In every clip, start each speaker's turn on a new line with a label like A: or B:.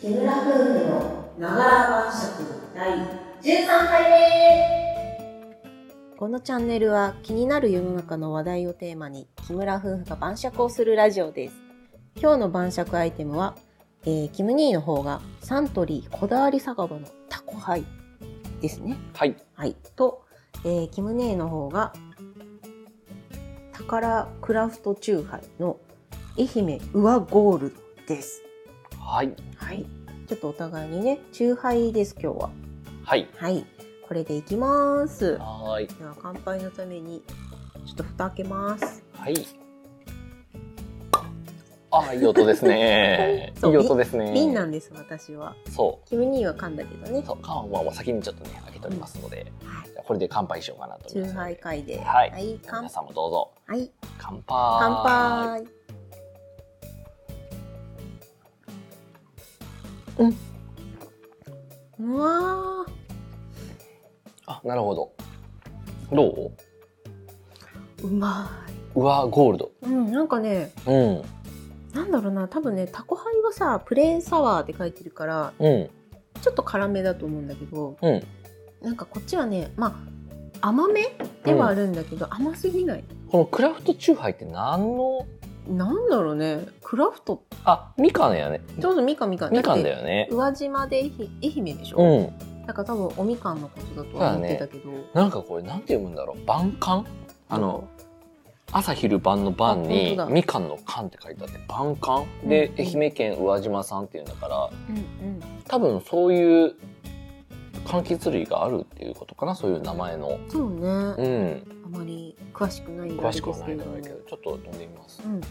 A: 木村夫婦のながら晩酌第13回目このチャンネルは気になる世の中の話題をテーマに木村夫婦が晩酌をするラジオです今日の晩酌アイテムは、えー、キム兄の方がサントリーこだわり酒場のタコハイですね
B: はい。
A: はいと、えー、キム姉の方が宝クラフトチューハイの愛媛ウアゴールドです
B: はい。
A: はい。ちょっとお互いにね、中杯です、今日は。
B: はい。
A: はい。これでいきます。
B: はーい。
A: では、乾杯のために、ちょっと蓋開けます。
B: はい。ああ、いい音ですね。い
A: そう
B: い音ですね。
A: 瓶なんです、私は。
B: そ
A: 君には噛んだけどね
B: う。。そう、缶はもう先にちょっとね、開けておりますので、
A: はい。
B: じゃあこれで乾杯しようかなと思
A: 中
B: いますの
A: 杯
B: で。
A: 会で。
B: はい
A: 乾
B: 皆さんもどうぞ。
A: はい。
B: 乾杯。
A: 乾。杯。うん。うわ
B: あ、なるほど。どう
A: ー、うま
B: うわ、ゴールド。
A: い。うん、なんかね、
B: うん。
A: なんだろうな、多分ね、タコハイはさ、プレーンサワーって書いてるから、
B: うん。
A: ちょっと辛めだと思うんだけど
B: うん。
A: なんかこっちはねまあ甘めではあるんだけど、甘すぎない
B: このクラフトチューハイって何の、
A: なんだろうねクラフト
B: あ、みかんやね。
A: ちょうどみかんみかん
B: みかん
A: って
B: だよね。
A: 宇和島で愛媛愛媛でし
B: う
A: ょ、
B: ん。
A: だから多分おみかんのことだとは思ってたけど、
B: なんかこれ、なんて読むんだろう。晩柑あの、朝昼晩の晩
A: あ本
B: に
A: 当だ
B: みかんの缶って書いてあって晩柑
A: うん
B: で、
A: うん
B: 愛媛県宇和島産っていうんだから
A: うんうん
B: 多分そういう柑橘類があるっていうことかなそういう名前の
A: そう
B: う
A: ね、
B: ん
A: あまり詳しくないん
B: 詳
A: で
B: し
A: す
B: くはな
A: け
B: い
A: れ
B: だ
A: ど
B: ろ
A: も
B: うけどちょっと飲んでみます
A: うん、し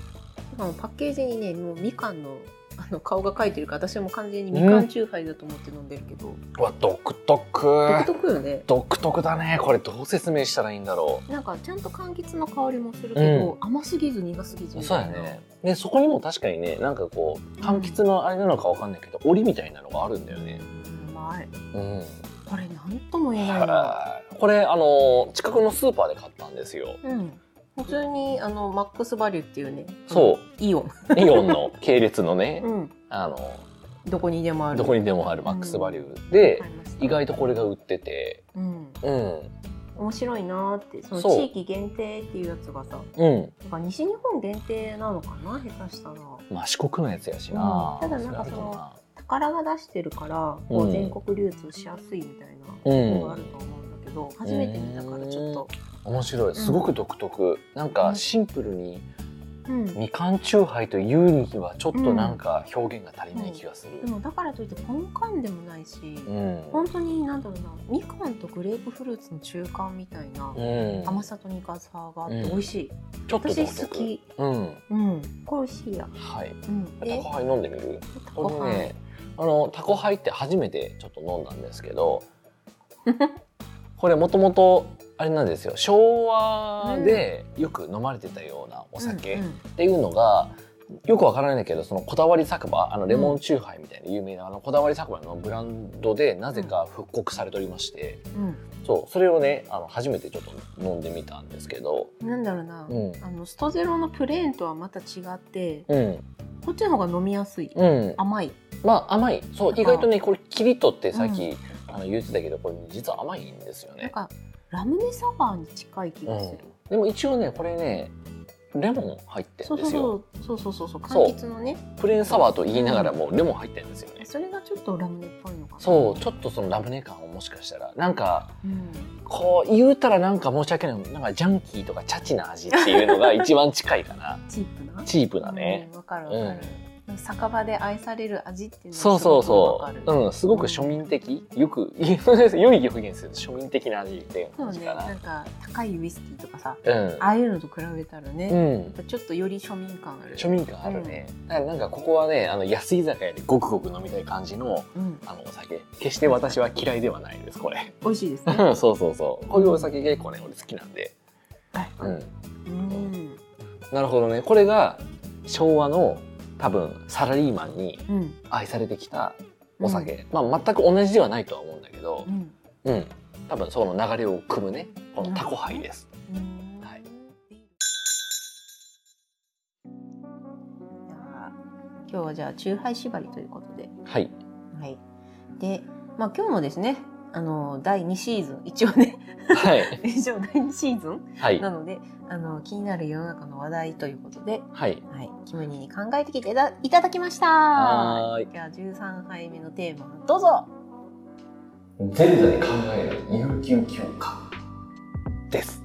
A: かもパッケージにねもうみかんの あの顔が描いてるから私はもう完全にみかんチューハイだと思って飲んでるけど、
B: うわ独特
A: 独特よね
B: 独特だねこれどう説明したらいいんだろ
A: なんかちゃんと柑橘の香りもするけど、甘すぎず苦すぎず
B: う
A: み
B: そう
A: た
B: や
A: いな
B: ねでそこにも確かにねなんかこう柑橘のあれなのかわかんないけど檻みたいなのがあるんだよね
A: うまい
B: うん
A: これなんとも言えないな
B: はいこれあの近くのスーパーで買ったんですよ
A: うん普通にあのマックスバリューっていうね
B: そう
A: うイオン、
B: イオンの系列のね、
A: うん、
B: あの
A: どこにでもある
B: どこ
A: に
B: にでもあるマックスバリューで、意外とこれが売ってて、
A: うん、
B: うん、
A: 面白いなーってその
B: そう
A: 地域限定っていうやつがさ
B: うん、
A: なんか西日本限定なのかな下手したら
B: まあ四国のやつやしな、
A: うんただなんかその宝が出してるからこ
B: う
A: うん全国流通しやすいみたいな
B: それある
A: ことがあ
B: かなう
A: る
B: ん、
A: と思うんだけど、初めて見たからちょっと、
B: 面白い、すごく独特、なんかシンプルに
A: うん、
B: みかんチューハイというにはちょっとなんか表現が足りない気がする。
A: でもだからといってポンカンでもないし、
B: うん、
A: 本当になんだろうなみかんとグレープフルーツの中間みたいな
B: うん、
A: 甘さと苦さがあって
B: うん
A: 美味しい、
B: ちょっと独特
A: 私好き。
B: うん、
A: うんこれ美味しいや、
B: はい。
A: うん、
B: タ
A: で
B: コハイ飲んでみる。
A: タ
B: こ
A: コ
B: れ
A: ハイ
B: ね、あのタコハイって初めてちょっと飲んだんですけ どこれもともとあれなんですよ昭和でよく飲まれてたようなお
A: お
B: 酒っていうのが、よくわからないけどそのこだわり酒場あのレモンチューハイみたいな有名なあのこだわり酒場のブランドでなぜか復刻されておりまして、
A: うん、
B: そうそれをねあの初めてちょっと飲んでみたんですけど、
A: うんなんだろうな、
B: うん、
A: あのストゼロのプレーンとはまた違って
B: うん、
A: こっちの方が飲みやすい、
B: うん、
A: 甘い
B: まあ甘いそう意外とねこれキリトってさっ
A: う
B: き、あの言ってたけどこれ実は甘いんですよ
A: なん
B: ね、
A: かラムネサワーに近い気
B: う
A: が
B: ん
A: する、、
B: でも一応ねこれねレモン入ってる
A: そ
B: ん
A: う
B: ですよ
A: そうそうそうそうそう
B: そう
A: 柑橘のね
B: プレーンサワーと言いながらもレモン入ってるんですよね
A: それがちょっとラムネっぽいのかな
B: そうちょっとそのラムネ感をもしかしたらなんか
A: うん、
B: こう言うたらなんか申し訳ないなんかジャンキーとかチャチな味っていうのが一番近いかな
A: チープな
B: チープなね
A: うんわかるわ
B: うん、
A: かる、酒場で愛される味っていうの
B: そうそう
A: す
B: そう、
A: ごくわかる
B: うん、すごく庶民的、よく良い表現すると庶民的な味っていう
A: そう
B: 感じ
A: ね
B: かな
A: なんか高いウイスキーとかさ
B: うん
A: ああいうのと比べたらね、やっ
B: うん、
A: ぱちょっとより庶民感ある
B: 庶民感あるね、だからなんかここはねあの安い居酒屋でごくごく飲みたい感じの
A: うん、
B: あのお酒決して私は嫌いではないですこれ
A: 美味しい ですね、
B: そうそうそうこういうお酒結構ね俺好きなんで、
A: はい
B: うん、
A: うん
B: なるほどねこれが昭和の多分サラリーマンに
A: うん
B: 愛されてきたお酒、まあ全く同じではないとは思うんだけど
A: う、ん
B: うん、多分その流れを組むねこのタコハイです、
A: うん
B: はい
A: じゃあ今日はじゃあ中杯縛りということで
B: はい
A: はい。で、まあ今日もですね、あの、第2シーズン、一応ね、
B: はい
A: 一応第2シーズン
B: はい
A: なので、あの、気になる世の中の話題ということで、
B: はい
A: はい、キムニーに考えてきていたいただきました。
B: はーい
A: じゃあ13杯目のテーマ、どうぞ
B: 前座に考える有給休暇です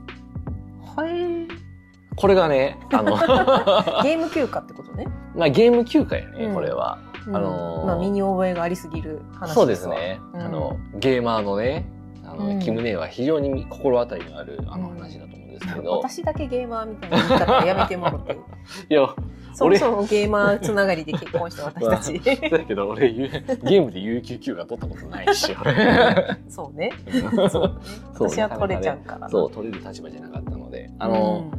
A: はい。
B: これがねあの
A: ゲーム休暇ってことね。
B: まあゲーム休暇やね、
A: うん
B: これは
A: うん
B: あのー
A: まあ身に覚えがありすぎる話
B: そうです
A: わ。
B: ね、
A: うん
B: あのゲーマーのねあの、
A: うん
B: キムネは非常に心当たりのあるあの話だと思うんですけど、
A: 私だけゲーマーみたいな言い方やめてもろ って。
B: いや
A: そもそもゲーマーつながりで結婚した私たち。
B: だけど俺ゆゲームで有給休暇取ったことない し
A: そうね。
B: そうそう
A: 私は取れちゃうから。
B: そう
A: う。
B: 取れる立場じゃなかったのであの、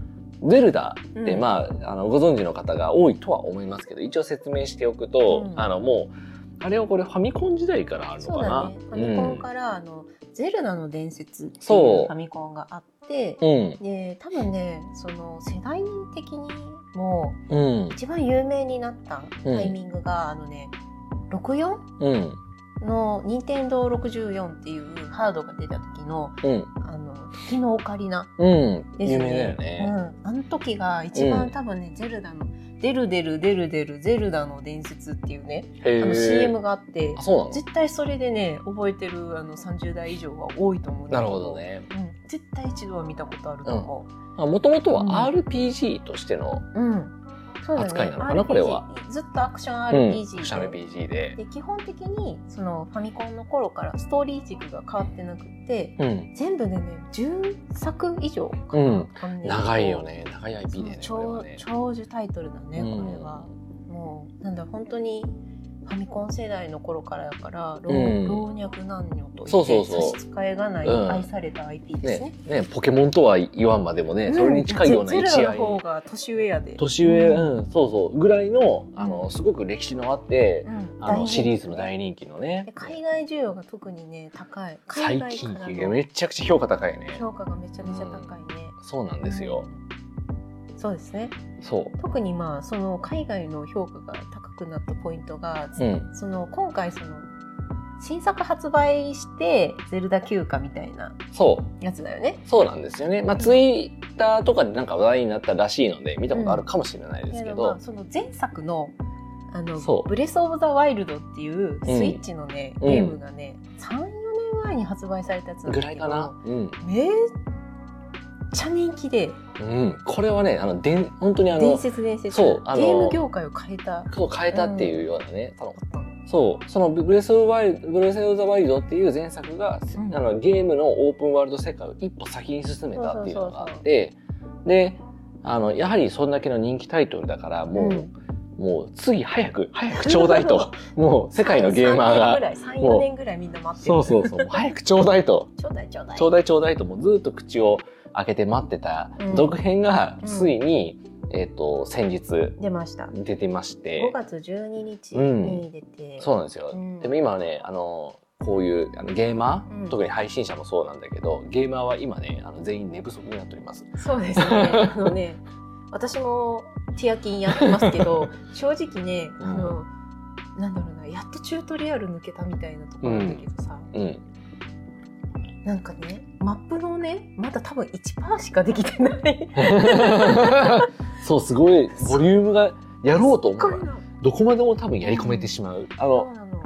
B: ゼルダって、
A: うん
B: まああのご存知の方が多いとは思いますけど一応説明しておくと、
A: うん
B: あのもうあれはこれファミコン時代からあるの
A: そう
B: か
A: だ
B: な
A: ね。ファミコンから、あの、ゼルダの伝説っていう
B: そう
A: ファミコンがあって、
B: うん
A: で、多分ね、その世代的にも
B: うん
A: 一番有名になったタイミングが、あのね、64?
B: うん
A: の任天堂64っていうハードが出た時の
B: うん
A: あの時のオカリナ
B: うん
A: です
B: 有
A: よ
B: 名だ
A: ね。
B: よね、
A: うん、あの時が一
B: うん
A: 番多分ね、ゼルダの「デルデルデルデルゼルダの伝説」っていうね
B: へ
A: あの
B: ー
A: CM があって
B: あそうなの
A: 絶対それでね覚えてるあの30代以上は多いと思うんだ
B: な
A: け
B: るほど、ね
A: うん、絶対一度は見たことあると思う。
B: もともと
A: うん
B: は RPG としての、
A: うんそうだね、
B: 扱いなのかな
A: RPG
B: これは
A: ずっとアクション
B: うん
A: RPG で,、
B: アクション RPG で、
A: で基本的にそのファミコンの頃からストーリー軸が変わってなくって、
B: うん
A: 全部でね10作以上かな、
B: うん
A: こんな
B: 長いよね長い IP だよね
A: そう
B: これはね
A: 長長寿タイトルだね、これはもうなんだ本当にファミコン世代の頃からやから老,、
B: うん
A: 老若男女といって
B: そうそうそう
A: 差し支えがない、
B: うん
A: 愛された IP
B: うん
A: ですね
B: ねねポケモンとは言わんまでもね、それに近いような
A: ゼ
B: 一
A: ゼルダ
B: 愛
A: の方が年上やで
B: 年上、
A: うん
B: うん、そうそうぐらいのあ
A: う
B: の
A: ん
B: すごく歴史のあって、
A: うん
B: あ
A: 大人
B: の
A: 気
B: シリーズの大人気のね
A: で海外需要が特にね高い海
B: 最
A: 外か
B: 近
A: らの
B: めちゃくちゃ評価高いね
A: 評価がめちゃめちゃ高いね、
B: そうなんですよ
A: そうですね
B: そ
A: 特にまあその海外の評価が高くなったポイントが、
B: ううん
A: その今回その新作発売して「ゼルダ休暇」みたいな
B: そう
A: やつだよね。
B: そうなんですよね。まあ、ツイッターとかでなんか話題になったらしいので、見たことあるかもしれないですけ
A: いやま
B: ど
A: あ、その前作のあの
B: そう
A: ブレス・オブ・ザ・ワイルドっていうスイッチのね、
B: うん
A: ゲームがね34年前に発売されたやつなんだ
B: ぐ
A: けど
B: らいかな。うん。
A: めっちゃ人気で
B: うん。これはね、あの、でん、本当にあ
A: 伝
B: の、
A: 説伝説
B: そうあの
A: ゲーム業界を変えた
B: そう変えたっていうようなね、その
A: こと
B: そう、そのブレスオブワイルド、ブレスオブザワイルドっていう前作が、
A: うん
B: あのゲームのオープンワールド世界を一歩先に進めたっていうのがあ
A: そうそう
B: っ
A: そう
B: て、で、あの、やはりそんだけの人気タイトルだから、もう、
A: うん
B: もう次早く、早くちょうだい と、もう世界のゲーマーが、
A: 34年ぐらいみんな待ってる
B: そうそうそう、もう早くちょうだいと。
A: ちょうだいちょうだい
B: ちょうだいちょうだいともうずーっと口を開けて待ってた
A: うん
B: 続編がついに、えっ、と先日
A: 出ました
B: 出てまし
A: 5
B: て
A: 月12日に出て、
B: そうなんですよ、
A: うん
B: でも今はねあのこういうあのゲーマー、
A: うん
B: 特に配信者もそうなんだけどゲーマーは今ねあの全員寝不足になっております
A: そうですね あのね私もティアキンやってますけ ど正直ねあの、なんだろうなやっとチュートリアル抜けたみたいなところなんだけどさ、
B: うん
A: なんかねマップのねまだ多分1%しかできてない
B: そうすごいボリュームがやろうと思
A: こういう
B: う
A: の
B: どこまでも多分やり込めてしまう、あ
A: そ
B: の
A: うなの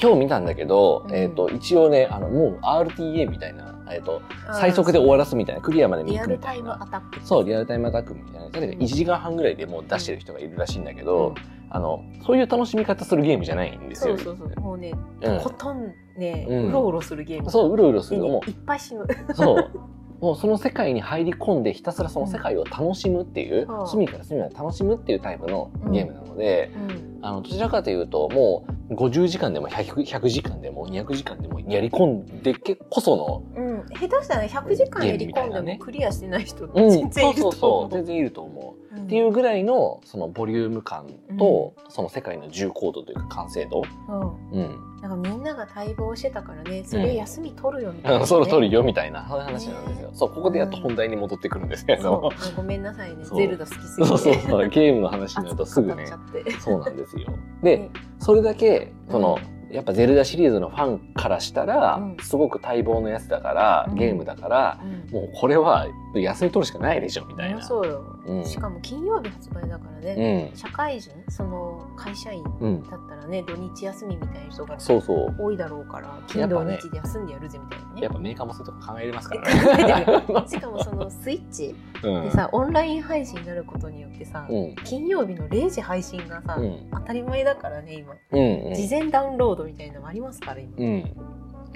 B: 今日見たんだけど、
A: うん
B: えっ、と一応ねあのもう RTA みたいなえっ、と
A: あー
B: 最速で終わらすみたいなクリアまでに
A: リ
B: 行
A: ア
B: くみ
A: ル
B: た
A: タイ
B: い
A: ム
B: な
A: アタック
B: そうリアルタイムアタックみたいな例えば
A: うん
B: 1時間半ぐらいでもう出してる人がいるらしいんだけど、あのそういう楽しみ方するゲームじゃないんです
A: そ
B: よ
A: うそうそうもうね、
B: うん
A: ほとんどね、
B: うん
A: うろうろするゲーム
B: そううろうろす
A: で
B: るの
A: ね
B: も
A: いっぱい死ぬ
B: そう もうその世界に入り込んでひたすらその世界を楽しむっていう、
A: うん
B: 隅から隅まで楽しむっていうタイプのゲームなので、
A: うん
B: あのどちらかというともう50時間でも 100, 100時間でも200時間でもやり込んでけこその
A: うん、下手したら100時間やり込
B: ゲームみたいなん
A: で
B: ね
A: もクリアしてない人
B: うん
A: 全然いる
B: そうそう
A: と
B: そう
A: 思う。
B: 全然いると思う。
A: っ
B: っていうぐらいのそのボリューム感と、その世界の重厚度というか完成度、
A: うん
B: うん、
A: なんかみんなが待望してたからねそれ休み取るよみたいな、ね
B: そろそろいいよみたいなそう いう話なんですよ。そうここでやっと本題に戻ってくるんですけ
A: そ
B: ど、
A: うごめんなさいね
B: そう
A: ゼルダ好きすぎて
B: そうそう そうゲームの話になるとすぐ
A: 熱く
B: ね
A: 語っちゃって
B: そうなんですよ。
A: ね
B: でそれだけその、やっぱ「ゼルダ」シリーズのファンからしたら、
A: うん
B: すごく待望のやつだから、
A: うん
B: ゲームだから
A: うん
B: もうこれは休み取るしかないでしょみたいな。
A: そうよ、
B: うん
A: しかも金曜日発売だから
B: う
A: ね、
B: ん
A: 社会人その会社員
B: うん、
A: だったらね土日休みみたいな人が
B: そうそう
A: 多いだろうから
B: や
A: 金
B: っぱ
A: 土
B: ね
A: 日で休んでやるぜみたいなね
B: やっぱメーカーもそういうとこ考えれますか
A: 考えて
B: らね。
A: しかもそのスイッチ
B: うん
A: でさ、オンライン配信になることによってさ、
B: うん
A: 金曜日の0時配信がさ、
B: うん
A: 当たり前だからね今
B: うんうん
A: 事前ダウンロードみたいなのもありますから今、
B: うん、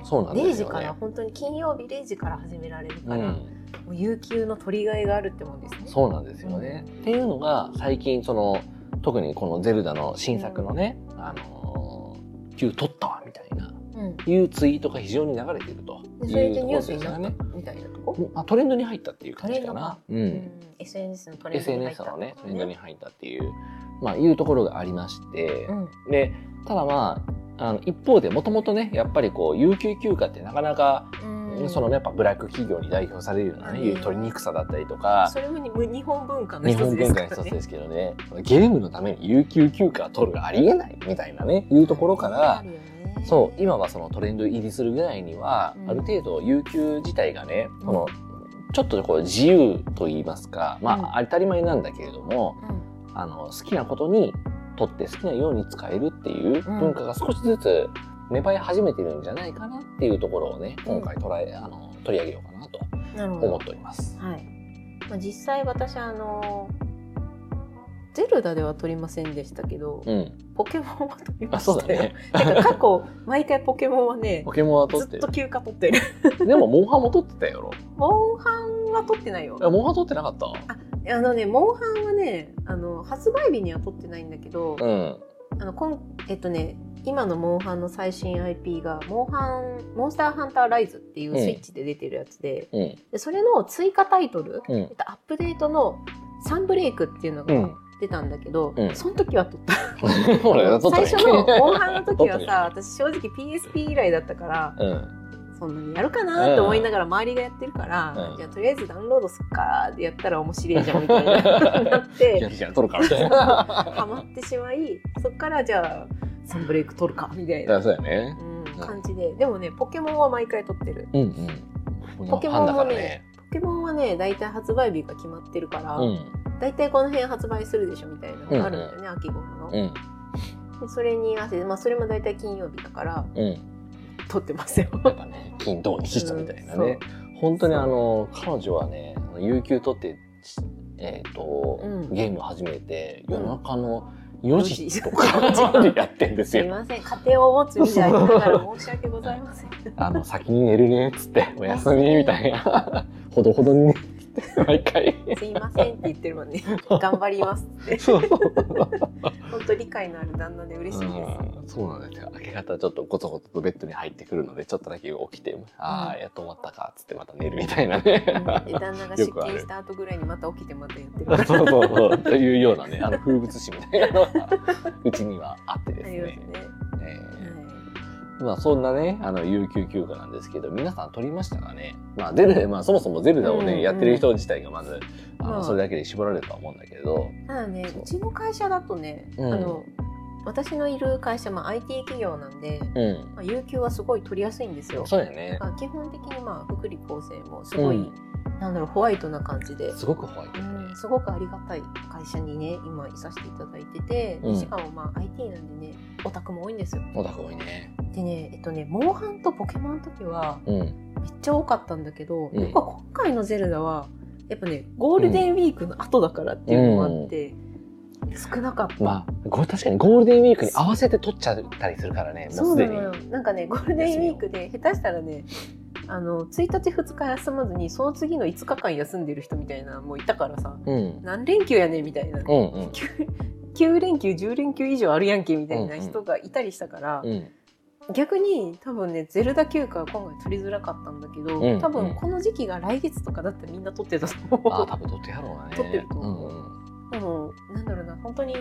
B: そうなん
A: 0
B: です
A: 時
B: よ
A: から
B: ね。
A: 本当に金曜日0時から始められる
B: う
A: から、も
B: ん、
A: う有給の取り替えがあるってもんですね。
B: そうなんですよね。っていうのが最近その特にこの「ゼルダ」の新作のね「あのー、Q 取ったわ」みたいな
A: うん、
B: いうツイートが非常に流れていると
A: で
B: い
A: それ
B: う
A: で
B: とこ
A: ニュ
B: ろ
A: ース
B: で
A: に
B: す
A: なっ
B: よ
A: た
B: ね。
A: みたいなとこ、
B: あトレンドに入ったっていう感じかな。う
A: うん
B: ん、
A: SNS のトレンドに入っ
B: SNS
A: た
B: のねトレンド
A: ね
B: に入ったっていう、まあ、いうところがありまして、
A: うん
B: でただまああの一方でもともとねやっぱりこう有給休暇ってなかなか、
A: うん
B: そのやっぱブラック企業に代表されるようなね、
A: うん
B: 取りにくさだったりとか
A: それもに日本文化の
B: 日
A: 一
B: 本
A: つで
B: 文
A: す
B: 化
A: か
B: の
A: ら
B: 一
A: ね
B: つで。すけどねゲームのために有給休暇取るがありえないみたいなねいうところから、そう今はそのトレンド入りするぐらいには、
A: うん
B: ある程度有給自体がね、
A: うん
B: このちょっとこう自由と言いますか、まあ
A: う
B: 当たり前なんだけれども、
A: うん、
B: あの好きなことにとって好きなように使えるっていう
A: うん
B: 文化が少しずつ芽生え始めてるんじゃないかなっていうところをね、
A: うん
B: 今回捉えあの取り上げようかなと
A: なるほど
B: 思っ。ております。
A: はい。まあ、実際私あのゼルダでは撮りませんでしたけど、
B: うん、
A: ポケモンは撮りま
B: あ
A: した
B: そ
A: よ。
B: うだ ね。
A: なんか過去毎回ポケモンはね
B: ポ。ケモンは取
A: ず
B: っ
A: ってと休暇取ってる。
B: る。でもモンハンも取ってたよ。
A: モンハンは取ってないよ。
B: えモンハン取ってなかった。
A: あのね、モンハンはね、あの発売日には撮ってないんだけど、
B: うん。
A: あのこんえっとね今のモンハンの最新 IP がモンハンモンスターハンターライズっていう
B: うん
A: スイッチで出てるやつで,、
B: うん。
A: でそれの追加タイトル、
B: う
A: え
B: ん。
A: っとアップデートのサンブレイクっていうの
B: う
A: が
B: ん。
A: 出たんだけど、
B: うん
A: その時は撮った
B: ほら取った
A: 最
B: ね
A: 初のモンハンの時は
B: 撮った
A: さ私正直 PSP 以来だったから
B: うん。
A: そんなにやるかなって思いながら周りがやってるから、
B: うん
A: じゃあとりあえずダウンロードすっかーってやったら面白いじゃんみたいななって
B: キラキラ取るかみたいな。
A: ハマってしまいそっからじゃあサンブレイク取るかみたい
B: い
A: な
B: やそうやね。
A: うん感じででもねポケモンは毎回撮ってる
B: うんうん。
A: ポケモンもね
B: ファだからね。
A: ポケモンはね大体発売日が決まってるから、
B: うん。
A: 大体この辺発売するでしょみたいなのがあるんだよね、秋頃の、
B: うん。
A: でそれに合わせて、まあ、それも大体金曜日だから
B: うん。
A: 撮ってますよ
B: やっぱね、金土日とみたいなね。本当にあの、彼女はね、あの有給取って、えっと
A: う、ん
B: ゲームを始めて、
A: うん
B: 夜中の4
A: 4時
B: 時とかまでやってんです
A: すい
B: よ。
A: ません家庭を持つみたいなから申し訳ございません
B: あの、先に寝るね、っつって、おやすみ、みたいな。ほどほどにね、つって毎回。
A: すいませんって言ってるも んね頑張りますって
B: そうそう。
A: 本当理解のある旦那で嬉しいです、
B: うんそうなんですよ明け方ちょっとごつごつとベッドに入ってくるのでちょっとだけ起きて「ああやっと終わったか」っつってまた寝るみたいなね。
A: うんで旦那が出
B: よくある
A: 勤した後ぐらいにまた起きてまたやってる
B: そうそうそうというようなねあの風物詩みたいなのがうちにはあってです
A: あ
B: ね
A: りますね、
B: え
A: はい
B: ーまあ、そんなねあの有給休暇なんですけど皆さん取りましたかね、まあ、ゼルダまあそもそもゼルダをね、
A: うんうん
B: やってる人自体がまずあの、
A: まあ
B: それだけで絞られるとは思うんだけど、
A: ただね
B: そう
A: うちの会社だとね、
B: うん
A: あの私のいる会社、まあ、IT 企業なんで、
B: うん、
A: まあ、有給はすごい取りやすいんですよ。
B: そうだよね
A: まあ基本的にまあ福利厚生もすごい、
B: うん
A: なんだろうホワイトな感じで、
B: すごくホワイト
A: う
B: だね
A: ん、すごくありがたい会社にね今いさせていただいてて、
B: うん
A: しかもまあ IT なんでねオタクも多いんですよ。
B: お宅多いね
A: でねえっとねモンハンとポケモンの時は
B: うん
A: めっちゃ多かったんだけど、
B: うん
A: やっぱ今回の「ゼルダはやっぱねゴールデンウィークの後だからっていうのもあって、少なかった。
B: まあご確かにゴールデンウィークに合わせて取っちゃったりするからねも
A: そうう
B: す
A: な
B: で
A: の
B: に
A: よ。なんかね、ゴールデンウィークで下手したらね、あの1日2日休まずにその次の5日間休んでる人みたいなのもいたからさ、
B: うん
A: 何連休やねんみたいな。
B: うんうん
A: 9 9連休10連休以上あるやんけみたいな人がいたりしたから、
B: うん
A: 逆に多分ねゼルダ休暇は今回取りづらかったんだけど、
B: うんうん
A: 多分この時期が来月とかだってみんな取ってたと
B: あ
A: 思
B: あ
A: う
B: 多分取ってやろうね
A: 取ってると思う
B: うんうん
A: でもなんだろうな本当に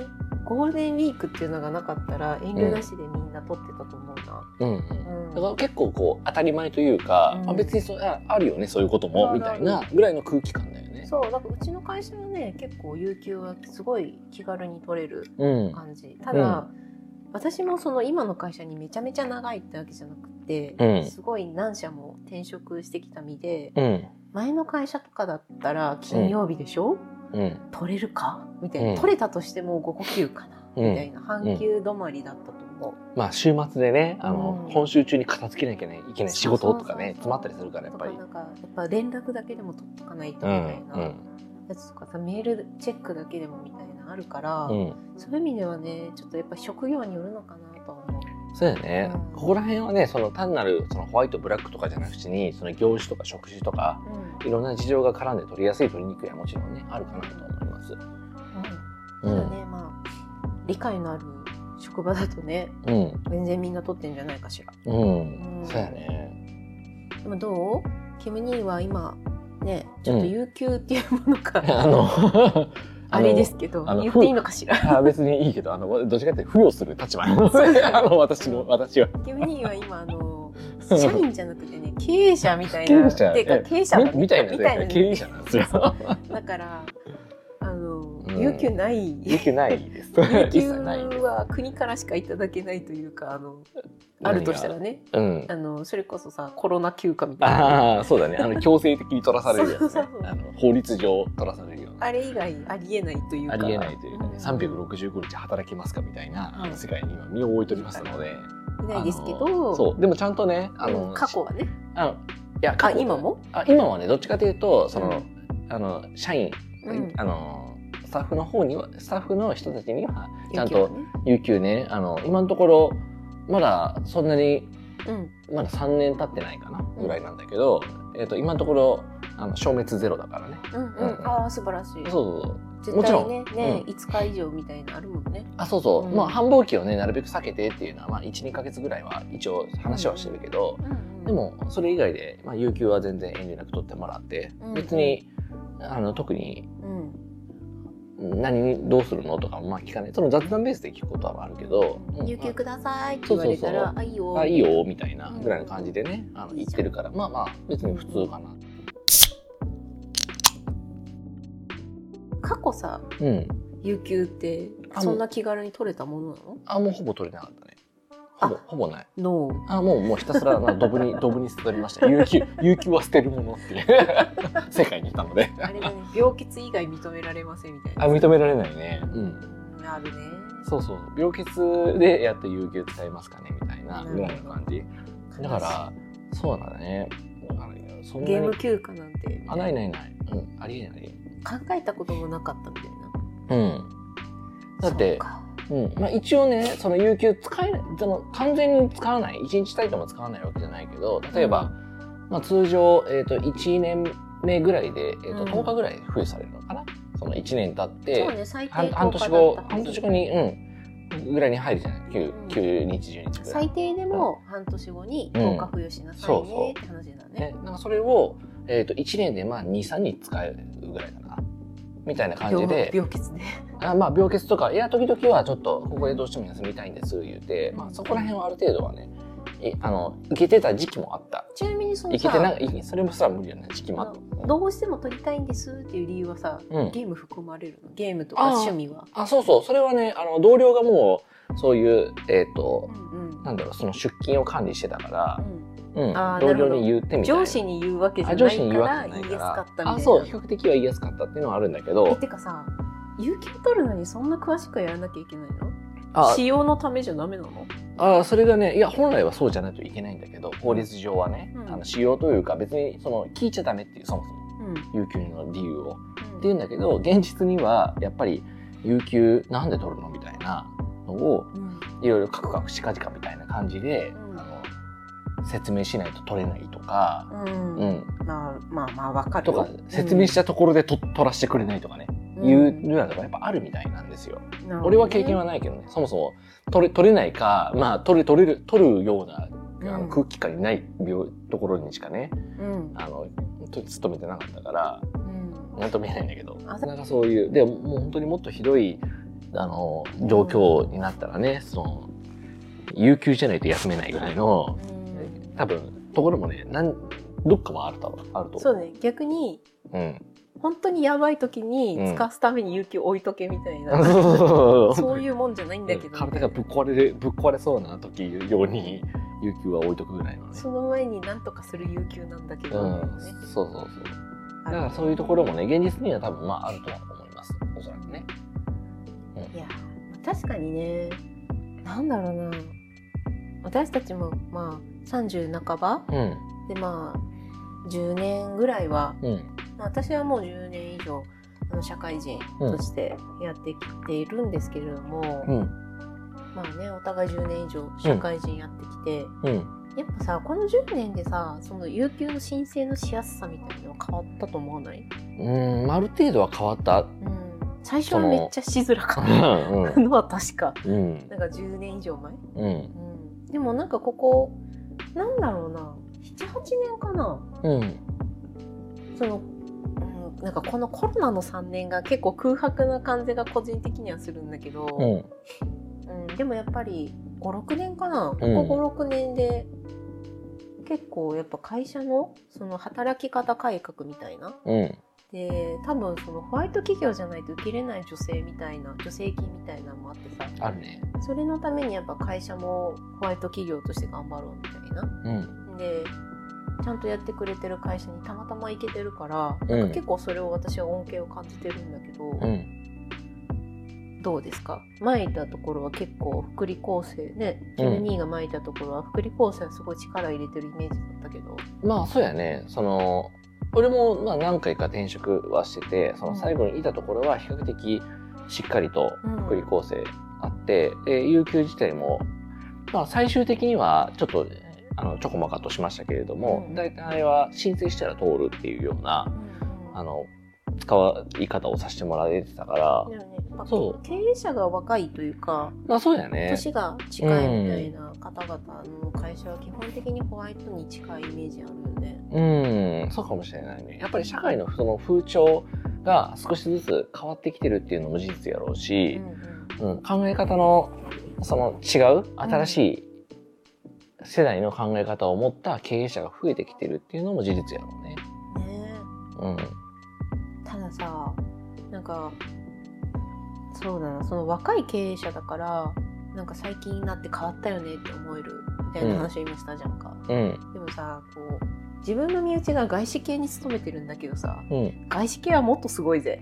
A: ゴールデンウィークっていうのがなかったら遠慮なしでみんな取ってたと思うな、
B: うんう
A: うん
B: ん、だから結構こう当たり前というか、
A: うん
B: あ別にそうああるよねそういうこと
A: あ
B: も
A: る
B: みたいなぐらいの空気感だよね。
A: そうだからうちの会社はね結構有給はすごい気軽に取れる
B: うん
A: 感じただ、私もその今の会社にめちゃめちゃ長いってわけじゃなくて、
B: うん
A: すごい何社も転職してきた身で
B: うん
A: 前の会社とかだったら金曜日でしょ、
B: うん
A: 取れるかみたいな、
B: うん
A: 取れたとしても5呼吸かな、
B: うん
A: みたいな半球止まりだったと思う、
B: まあ週末でねあの、
A: うん
B: 今週中に片付けなきゃいけない仕事とかね
A: そう
B: 詰
A: そ
B: ま
A: う
B: っ
A: そ
B: た
A: う
B: りするからやっぱり
A: とかなんかやっぱ連絡だけでも取っとかないと
B: う
A: み
B: ん
A: たいなやつとかさ、メールチェックだけでもみたいなあるから、
B: うんうん
A: そういう意味ではねちょっとやっぱ職業によるのかなとは思う
B: そうやね、
A: うん
B: ここら辺はねその単なるそのホワイトブラックとかじゃなくてにその業種とか職種とかいろんな事情が絡んで取りやすい取りにくいはもちろんねあるかなと思います。
A: うん、
B: う
A: ただ
B: ん
A: ねまあ理解のある職場だとね
B: うん
A: 全然みんな取ってんじゃないかしら
B: うん、
A: うん
B: そうやね。
A: でもどうキム・ニーは今ねちょっと有給っていうものか、
B: あの
A: あれですけど
B: あの
A: 言っていいのかしら
B: あ別にいいけどあのどっちかっていうと付与する立場 あの私の私は
A: キムニーは今あの社員じゃなくてね経営者みたいな
B: 経営者
A: ていう
B: え
A: か経営者だね
B: みたいな
A: みたいな
B: 経営者なんですよ。
A: だからあの
B: うん
A: 有給ない
B: 有給ない です。
A: 有
B: 一
A: 給
B: 切ないです。
A: は国からしかいただけないというかあのあるとしたらね
B: うん。
A: あのそれこそさコロナ休暇みたいな
B: ああそうだねあの強制的に取らされるやつ
A: そう
B: ね
A: そうそう
B: あの法律上取らされるような。
A: あれ以外ありえないというか
B: ありえないというかね、
A: ん
B: 365日働きますかみたいな
A: うん
B: 世界に今身を置いておりますので、
A: いないですけ
B: あ
A: ど
B: のそうでもちゃんとねあ
A: う
B: の
A: ん過去はね
B: あのいや過
A: あ
B: 去
A: 今も
B: あ今はねどっちかというとその、
A: う
B: あの社員、
A: うん
B: あのスタッフの方にはスタッフの人たちにはちゃん
A: 有
B: と
A: 給はね
B: 有給ねあの今のところまだそんなに
A: うん
B: まだ3年経ってないかなぐらいなんだけど、えっと今のところあの消滅ゼロだからね。
A: うんうんああ素晴らしい
B: そうそうそう
A: 絶
B: もちろ
A: 対
B: ん
A: ねね
B: う
A: 5日以上みたいなのあるもんね
B: あそうそう、
A: うん
B: まあ繁忙期をねなるべく避けてっていうのは、まあ、12か月ぐらいは一応話はしてるけど、でもそれ以外で、まあ、有給は全然遠慮なく取ってもらって、
A: うん
B: 別にあの特に
A: うん、
B: 何どうするのとかもまあ聞かないその雑談ベースで聞くことはあるけど、うん
A: 有給くださいって言われたら、
B: そうそう
A: あいいよ
B: あいいよみたいなぐらいの感じでね、あの言ってるからまあまあ別に普通かな。
A: 過去さ
B: うん、
A: 有給って
B: あ
A: そんな気軽に取れたものなの
B: あもうほぼ取れなかったねほぼほぼない
A: ノー
B: あもうもうひたすらまあドブにドブに捨て取りました有給有給は捨てるものっていう 世界にいたので
A: あれだね病欠以外認められませんみたいな
B: あ認められないねうん
A: うんあるね
B: そうそう病欠でやっと有給使えますかねみたいなぐらいの感じだからそうなんだねあのそんな
A: ゲー
B: に
A: ム休暇なんて
B: あないないない、うん、ありえないあり
A: 考えたこともなかったみたいな
B: えないうんだって
A: そうか
B: うんまあ、一応ねその有給使えないその完全に使わない一日たりとも使わないわけじゃないけど例えば、
A: う
B: まあ、通常、えー、と1年目ぐらいで、えーと
A: うん
B: 10日ぐらい付与されるのかなその1年経って
A: そうね最低
B: 半
A: 10
B: 半年
A: だ
B: 後
A: った
B: 半年後にうんぐらいに入るじゃない 9, 9日10日ぐらい
A: 最。低でも半年後に
B: うん
A: 10日付与しなさい
B: そうそ
A: ね
B: う
A: って話だね
B: ね、なんかそれを、えー、と1年でまあ23日使えるぐらいかなみたいな感じ
A: 病
B: で
A: 病欠で
B: あまあ病欠とかいや時々はちょっとここでどうしても休みたいんです言うて、まあ、そこら辺はある程度はねいあのいけてた時期もあった
A: ちなみにその
B: いけてな
A: さ
B: いいそれもすら無理よね時期もあった。
A: どうしても取りたいんですっていう理由はさ
B: うん
A: ゲーム含まれるのゲームとか趣味は
B: あそうそうそれはねあの同僚がもうそういうえっ、と
A: うんうん
B: なんだろうその出勤を管理してたから、うん
A: あー
B: 同
A: なるほど
B: 僚に言ってみたいな
A: 上司に言うわけじゃ
B: あ
A: な
B: 上
A: い
B: 司に
A: か
B: 言うわ
A: ら
B: けじゃ
A: 言
B: ないい
A: や
B: か
A: すからったみたいな
B: あそう比較的は言いやすかったっていうのはあるんだけ
A: え
B: ど
A: てかさ有給取るのにそんな詳しくやらなきゃいけないの
B: あ
A: 使用のためじゃダメなの
B: あーそれがねいや本来はそうじゃないといけないんだけど法律上はね、
A: うん
B: あの使用というか別にその聞いちゃダメっていうそもそも
A: うん
B: 有給の理由を。って
A: う
B: い
A: ん
B: うんだけど現実にはやっぱり有給なんで取るのみたいなのを
A: うん
B: いろいろカクカクしかじかみたいな感じで、
A: うん
B: あの説明しないと取れないとか、
A: うん
B: うん、
A: まあまあまあわかる
B: と
A: よ
B: か説明したところでと取らせてくれないとかね、
A: うん
B: いうようなとかやっぱあるみたいなんですよ。
A: なるほどね
B: 俺は経験はないけどねそもそも取れ取れないかまあ取れ取れる取るような
A: うん
B: あの空気感にない病ところにしかね
A: うん
B: あのと勤めてなかったから
A: うん
B: なんとも言えないんだけどな
A: あ
B: かなかそういうでももう本当にもっとひどいあの状況になったらねその有給じゃないと休めないぐらいの
A: うん
B: 多分ところもねなんどっかもあるとあると思う
A: そうね逆に
B: うん
A: 本当にやばい時に使わすために勇気を置いとけみたいな、 そういうもんじゃないんだけど、
B: 体がぶっ壊れるぶっ壊れそうな時用に有給は置いとくぐらいのね
A: その前に何とかする有給なんだけど、
B: うん
A: ね
B: そうそうそうだからそういうところもね現実には多分まああるとは思いますおそらくね
A: いや確かにねなんだろうな私たちもまあ30半ば
B: うん
A: でまあ10年ぐらいは
B: うん
A: まあ私はもう10年以上あの社会人としてやってきているんですけれども、
B: うん
A: まあねお互い10年以上社会人やってきて、
B: うん
A: やっぱさこの10年でさその有給の申請のしやすさみたいなの変わったと思わない、
B: うんある程度は変わった
A: うん、最初はめっちゃしづらか
B: う
A: っ
B: ん
A: たのは確か
B: うん
A: なんか10年以上前
B: うん
A: うんでもなんかここなんだろうな78年かな
B: うん
A: その、うん、なんかこのコロナの3年が結構空白な感じが個人的にはするんだけど、
B: う
A: うんんでもやっぱり56年かなここ
B: うん
A: 56年で、結構やっぱ会社のその働き方改革みたいな
B: うん
A: で多分そのホワイト企業じゃないと受けれない女性みたいな助成金みたいなのもあってさ
B: あるね
A: それのためにやっぱ会社もホワイト企業として頑張ろうみたいな
B: うん
A: でちゃんとやってくれてる会社にたまたま行けてるから、
B: うん
A: なんか結構それを私は恩恵を感じてるんだけど、
B: うん
A: どうですか前いたところは結構福利厚生ねキ
B: う
A: ム
B: ん
A: 兄が前いたところは福利厚生はすごい力入れてるイメージだったけど、
B: まあそうやねその俺もまあ何回か転職はしててその最後にいたところは比較的しっかりと
A: うん
B: 福利厚生あって、で有給自体も、まあ、最終的にはちょっとあのちょこまかとしましたけれども、
A: うん
B: 大体は申請したら通るっていうようなあの使い方をさせてもらえてたから、
A: だよねやっぱ
B: そう
A: 経営者が若いというか
B: まあそうやね。
A: 年が近いみたいな方々の会社は基本的にホワイトに近いイメージあるよね。
B: うんそうかもしれないね。やっぱり社会のその風潮が少しずつ変わってきてるっていうのも事実やろうし、うん、考え方のその違う新しい世代の考え方を持った経営者が増えてきてるっていうのも事実やろうね。
A: うんねえ
B: うん、
A: たださなんかそうだなその若い経営者だからなんか最近になって変わったよねって思えるみたいな話を今したじゃんか、
B: うん、
A: でもさこう自分の身内が外資系に勤めてるんだけどさ
B: うん。
A: 外資系はもっとすごいぜ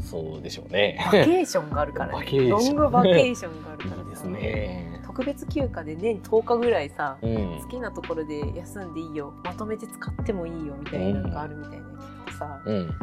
B: そうでしょうね。
A: バケーションがあるから
B: バ
A: ね
B: ケーション
A: ロングバケーションがあるからさ
B: いいですね。
A: 特別休暇で年10日ぐらいさ、
B: うん
A: 好、きなところで休んでいいよまとめて使ってもいいよみたいなのがあるみたいなの聞くとさ、
B: うん。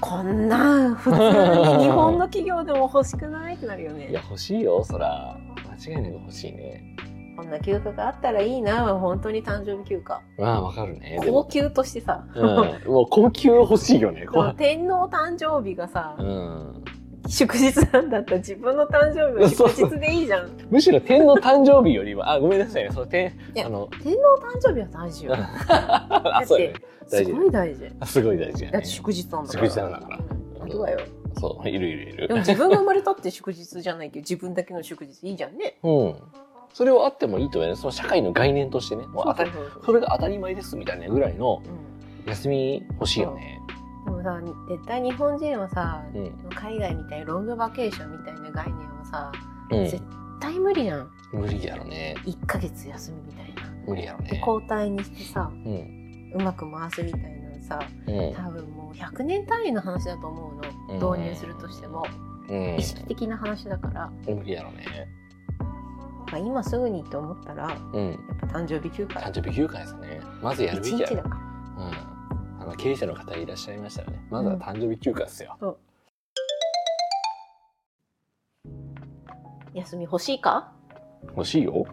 A: こんなん普通に日本の企業でも欲しくないってなるよ
B: いや
A: ね。
B: 欲しいよ、そら。間違いなく欲しいね。
A: こんな休暇があったらいいな本当に誕生日休暇。
B: まあわかるね。で
A: 高
B: も、
A: 級としてさ、
B: うん、もう高級は欲しいよね。
A: そ
B: こ
A: の天皇誕生日がさ
B: う、うん。
A: 祝日なんだったら自分の誕生日は祝日でいいじゃん。
B: むしろ天皇誕生日よりは、あ、ごめんなさいね。その天
A: い、や
B: あの、
A: 天皇誕生日は大事よ。
B: あ、そうやね。
A: す
B: 大事
A: ごい大事。
B: あすごい大事や
A: だっ
B: ね
A: て。祝日なんだから。
B: 祝日なんだから
A: うん本当だよ。
B: そう、いるいるいる
A: でも。自分が生まれたって祝日じゃないけど、自分だけの祝日いいじゃんね。
B: うん。それはあってもいいと思うよね。その社会の概念としてね。もう当たり
A: そうそうそう
B: それが当たり前ですみたいなぐらいの
A: うん
B: 休み欲しいよね。
A: でもさ絶対日本人はさ、
B: うん
A: 海外みたいにロングバケーションみたいな概念はさ
B: うん
A: 絶。大無理やん
B: 無理やろね。
A: 1ヶ月休みみたいな
B: 無理やろ
A: で
B: ね。
A: 交代にしてさ
B: うん。
A: うまく回すみたいなさ
B: うん。
A: 多分もう100年単位の話だと思うの
B: うん
A: 導入するとしても
B: うん
A: 意。識的な話だから、
B: 無理やろね。
A: まあ、今すぐにって思ったらやっ
B: うん。
A: ぱ誕生日休暇
B: 誕生日休暇ですね。まずやるべ
A: 1
B: きや
A: 日だ
B: ろ。
A: から
B: うん。あの経営者の方いらっしゃいましたらね。まずは誕生日休暇ですよ。
A: 休み欲しいか
B: 欲しいよ。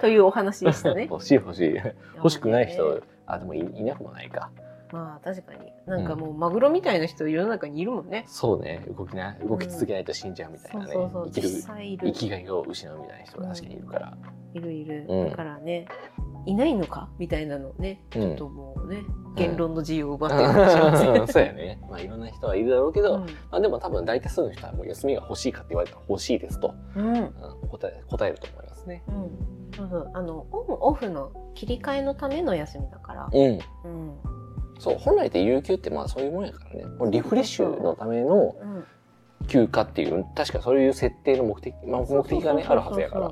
A: というお話でしたね
B: 欲しい欲しい。 欲しくない人、あ、でもいいなくもないか。
A: まあ確かになんかもうマグロみたいな人世の中にいるもんね
B: そうね。動きな、動き続けないと死んじゃうみたいなね。
A: そうそうそう
B: 生きる
A: 実際いる
B: 生きがいを失うみたいな人が確かにいるから。
A: いるいる、
B: うん
A: だからねいないのかみたいなのねち
B: うん
A: ょっともうね、言論の自由を奪ってるかもしれませ
B: そうやね。まあいろんな人はいるだろうけど、
A: ん
B: まあでも多分大多数の人はもう休みが欲しいかって言われたら欲しいですと、
A: うんうん
B: うん、答え答えると思いますね。
A: そうそうあのオンオフの切り替えのための休みだから、
B: うん。
A: うん、
B: そう本来って有給ってまあそういうもんやからねもうリフレッシュのための
A: うん
B: 休暇っていう確かそういう設定の目的、まあ、目的が
A: そ
B: ね
A: うそうそうそう
B: あるはずやから。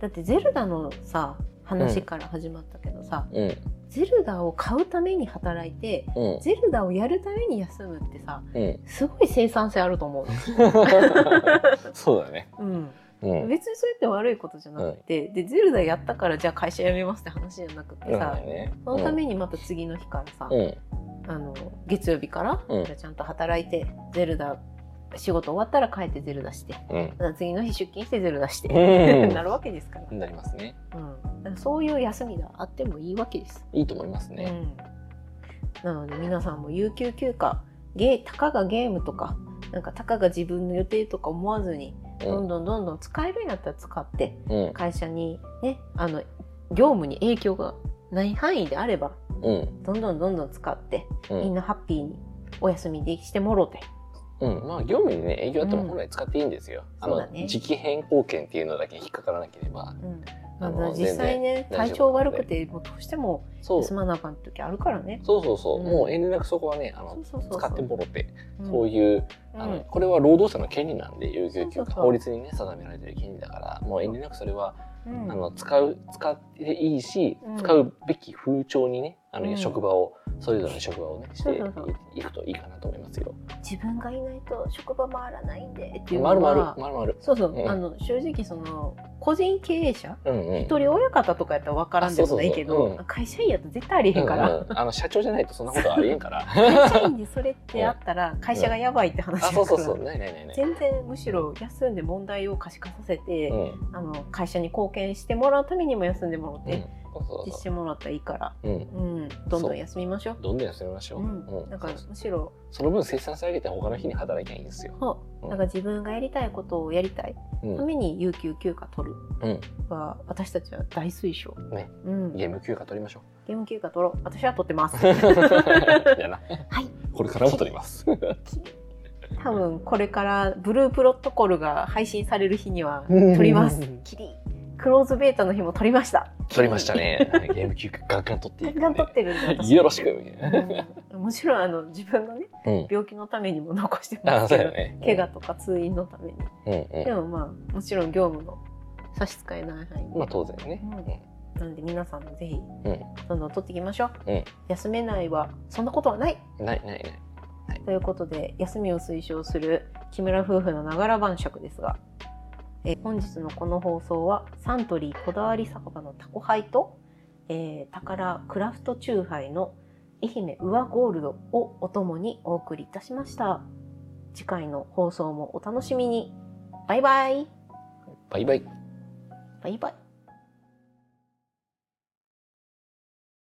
A: だってゼルダのさ話から始まったけどさ、
B: うん
A: ゼルダを買うために働いて
B: うん
A: ゼルダをやるために休むってさ
B: うん
A: すごい生産性あると思う
B: そうだね。
A: の、
B: うん
A: 別にそうやって悪いことじゃなくて、でゼルダやったからじゃあ会社辞めますって話じゃなくて
B: な
A: さ、
B: んだよね
A: そのためにまた次の日からさ、
B: うん
A: あの月曜日から、
B: うん
A: じゃあちゃんと働いてゼルダ仕事終わったら帰ってゼルダして
B: うん
A: だから次の日出勤してゼルダして、
B: うん
A: なるわけですから,、
B: なりますね。
A: うん、だからそういう休みがあってもいいわけです、
B: いいと思いますね。
A: うん、なので皆さんも有給休暇ゲーたかがゲームとかなんかたかが自分の予定とか思わずに
B: う
A: どん
B: ん
A: どんどんどん使えるようになったら使って
B: うん
A: 会社にねあの業務に影響がない範囲であれば
B: うん
A: どんどんどんどん使って
B: う
A: みん
B: ん
A: なハッピーにお休みでしてもろて。
B: うんまあ業務にね営業あっても本来使っていいんですよ。あ
A: そう
B: の
A: だね
B: 時期変更権っていうのだけ引っかからなければ。
A: ま
B: あ
A: あ、
B: の
A: 実際ね
B: 全然大丈夫
A: 体調悪くてもうどうしても
B: そう
A: 休まなあかん時あるからね。
B: そうそうそうう、
A: ん
B: もう遠慮なくそこはねあの
A: そうそうそう
B: 使ってもろて、そう
A: い
B: いう
A: うん
B: あの、これは労働者の権利なんで有給休
A: そうそう
B: 暇
A: そう
B: 法律にね定められてる権利だからもう遠慮なくそれは、
A: うん
B: あの使う使っていいし、
A: うん
B: 使うべき風潮にねあの、
A: うん
B: 職場をそれぞれの職場をねして
A: そうそうそう
B: いいくといいかなと思いますよ。
A: 自分がいないと職場回らないんでっていうのは
B: まるまるまるまる。
A: そうそう、
B: うん
A: あの正直その個人経営者
B: うんうん。
A: 一人親方とかやったら分からんでもないけ
B: あそうそう
A: ど
B: そううん
A: 会社員やったら絶対ありへんから、
B: うんうんあの社長じゃないとそんなことありえ んから。
A: 会社員でそれってあったら会社がやばいって話
B: あ
A: だ
B: そう
A: か
B: そうそう
A: ら
B: ないないないない。
A: 全然むしろ休んで問題を可視化させて、
B: うんうん。
A: あの会社に貢献してもらうためにも休んでもらって、
B: そうそう
A: 実
B: そ
A: してもらったらいいから、
B: う。うん。
A: うん、どんどん休みましょう。
B: どんどん休みましょう。
A: うん
B: う
A: なんか
B: そうそう
A: むしろ
B: その分生産性上げて他の日に働きゃいいんですよ。
A: そう
B: うん
A: なんか自分がやりたいことをやりたい
B: うん
A: ために有給休暇取る
B: うん。
A: は私たちは大推奨、
B: ね
A: うん、ゲ
B: ゲーム休暇取りましょ う。
A: ーム休暇取ろう私は取ってます
B: やな。
A: はい。
B: これからも撮ります。
A: 多分これからブループロトコルが配信される日には 取ります
B: うん
A: キリクローズベータの日も取りました
B: 撮りましたね。ゲーム休暇ガンガン撮って
A: ガン
B: いくんで
A: ガン取ってるんで私
B: よろしく。みたいな
A: うんもちろんあの自分のね
B: うん。
A: 病気のためにも残してま
B: あ、
A: すけ
B: そ
A: ど、
B: うだよね。
A: 怪我とか通院のために
B: うん
A: で
B: う
A: もまあもちろん業務の差し支えない範囲
B: ん。まあ当然ね。
A: なんで皆さんもぜひ
B: うん
A: どんどん取っていきましょう、
B: うん
A: 休めないはそんなことはない
B: ないないない。
A: ということで休みを推奨する木村夫婦のながら晩酌ですがえー本日のこの放送はサントリーこだわり酒場のタコハイと、えー、宝クラフトチューハイの愛媛ウワゴールドをお供にお送りいたしました次回の放送もお楽しみにバイバイ
B: バイバイ。
A: バイバイ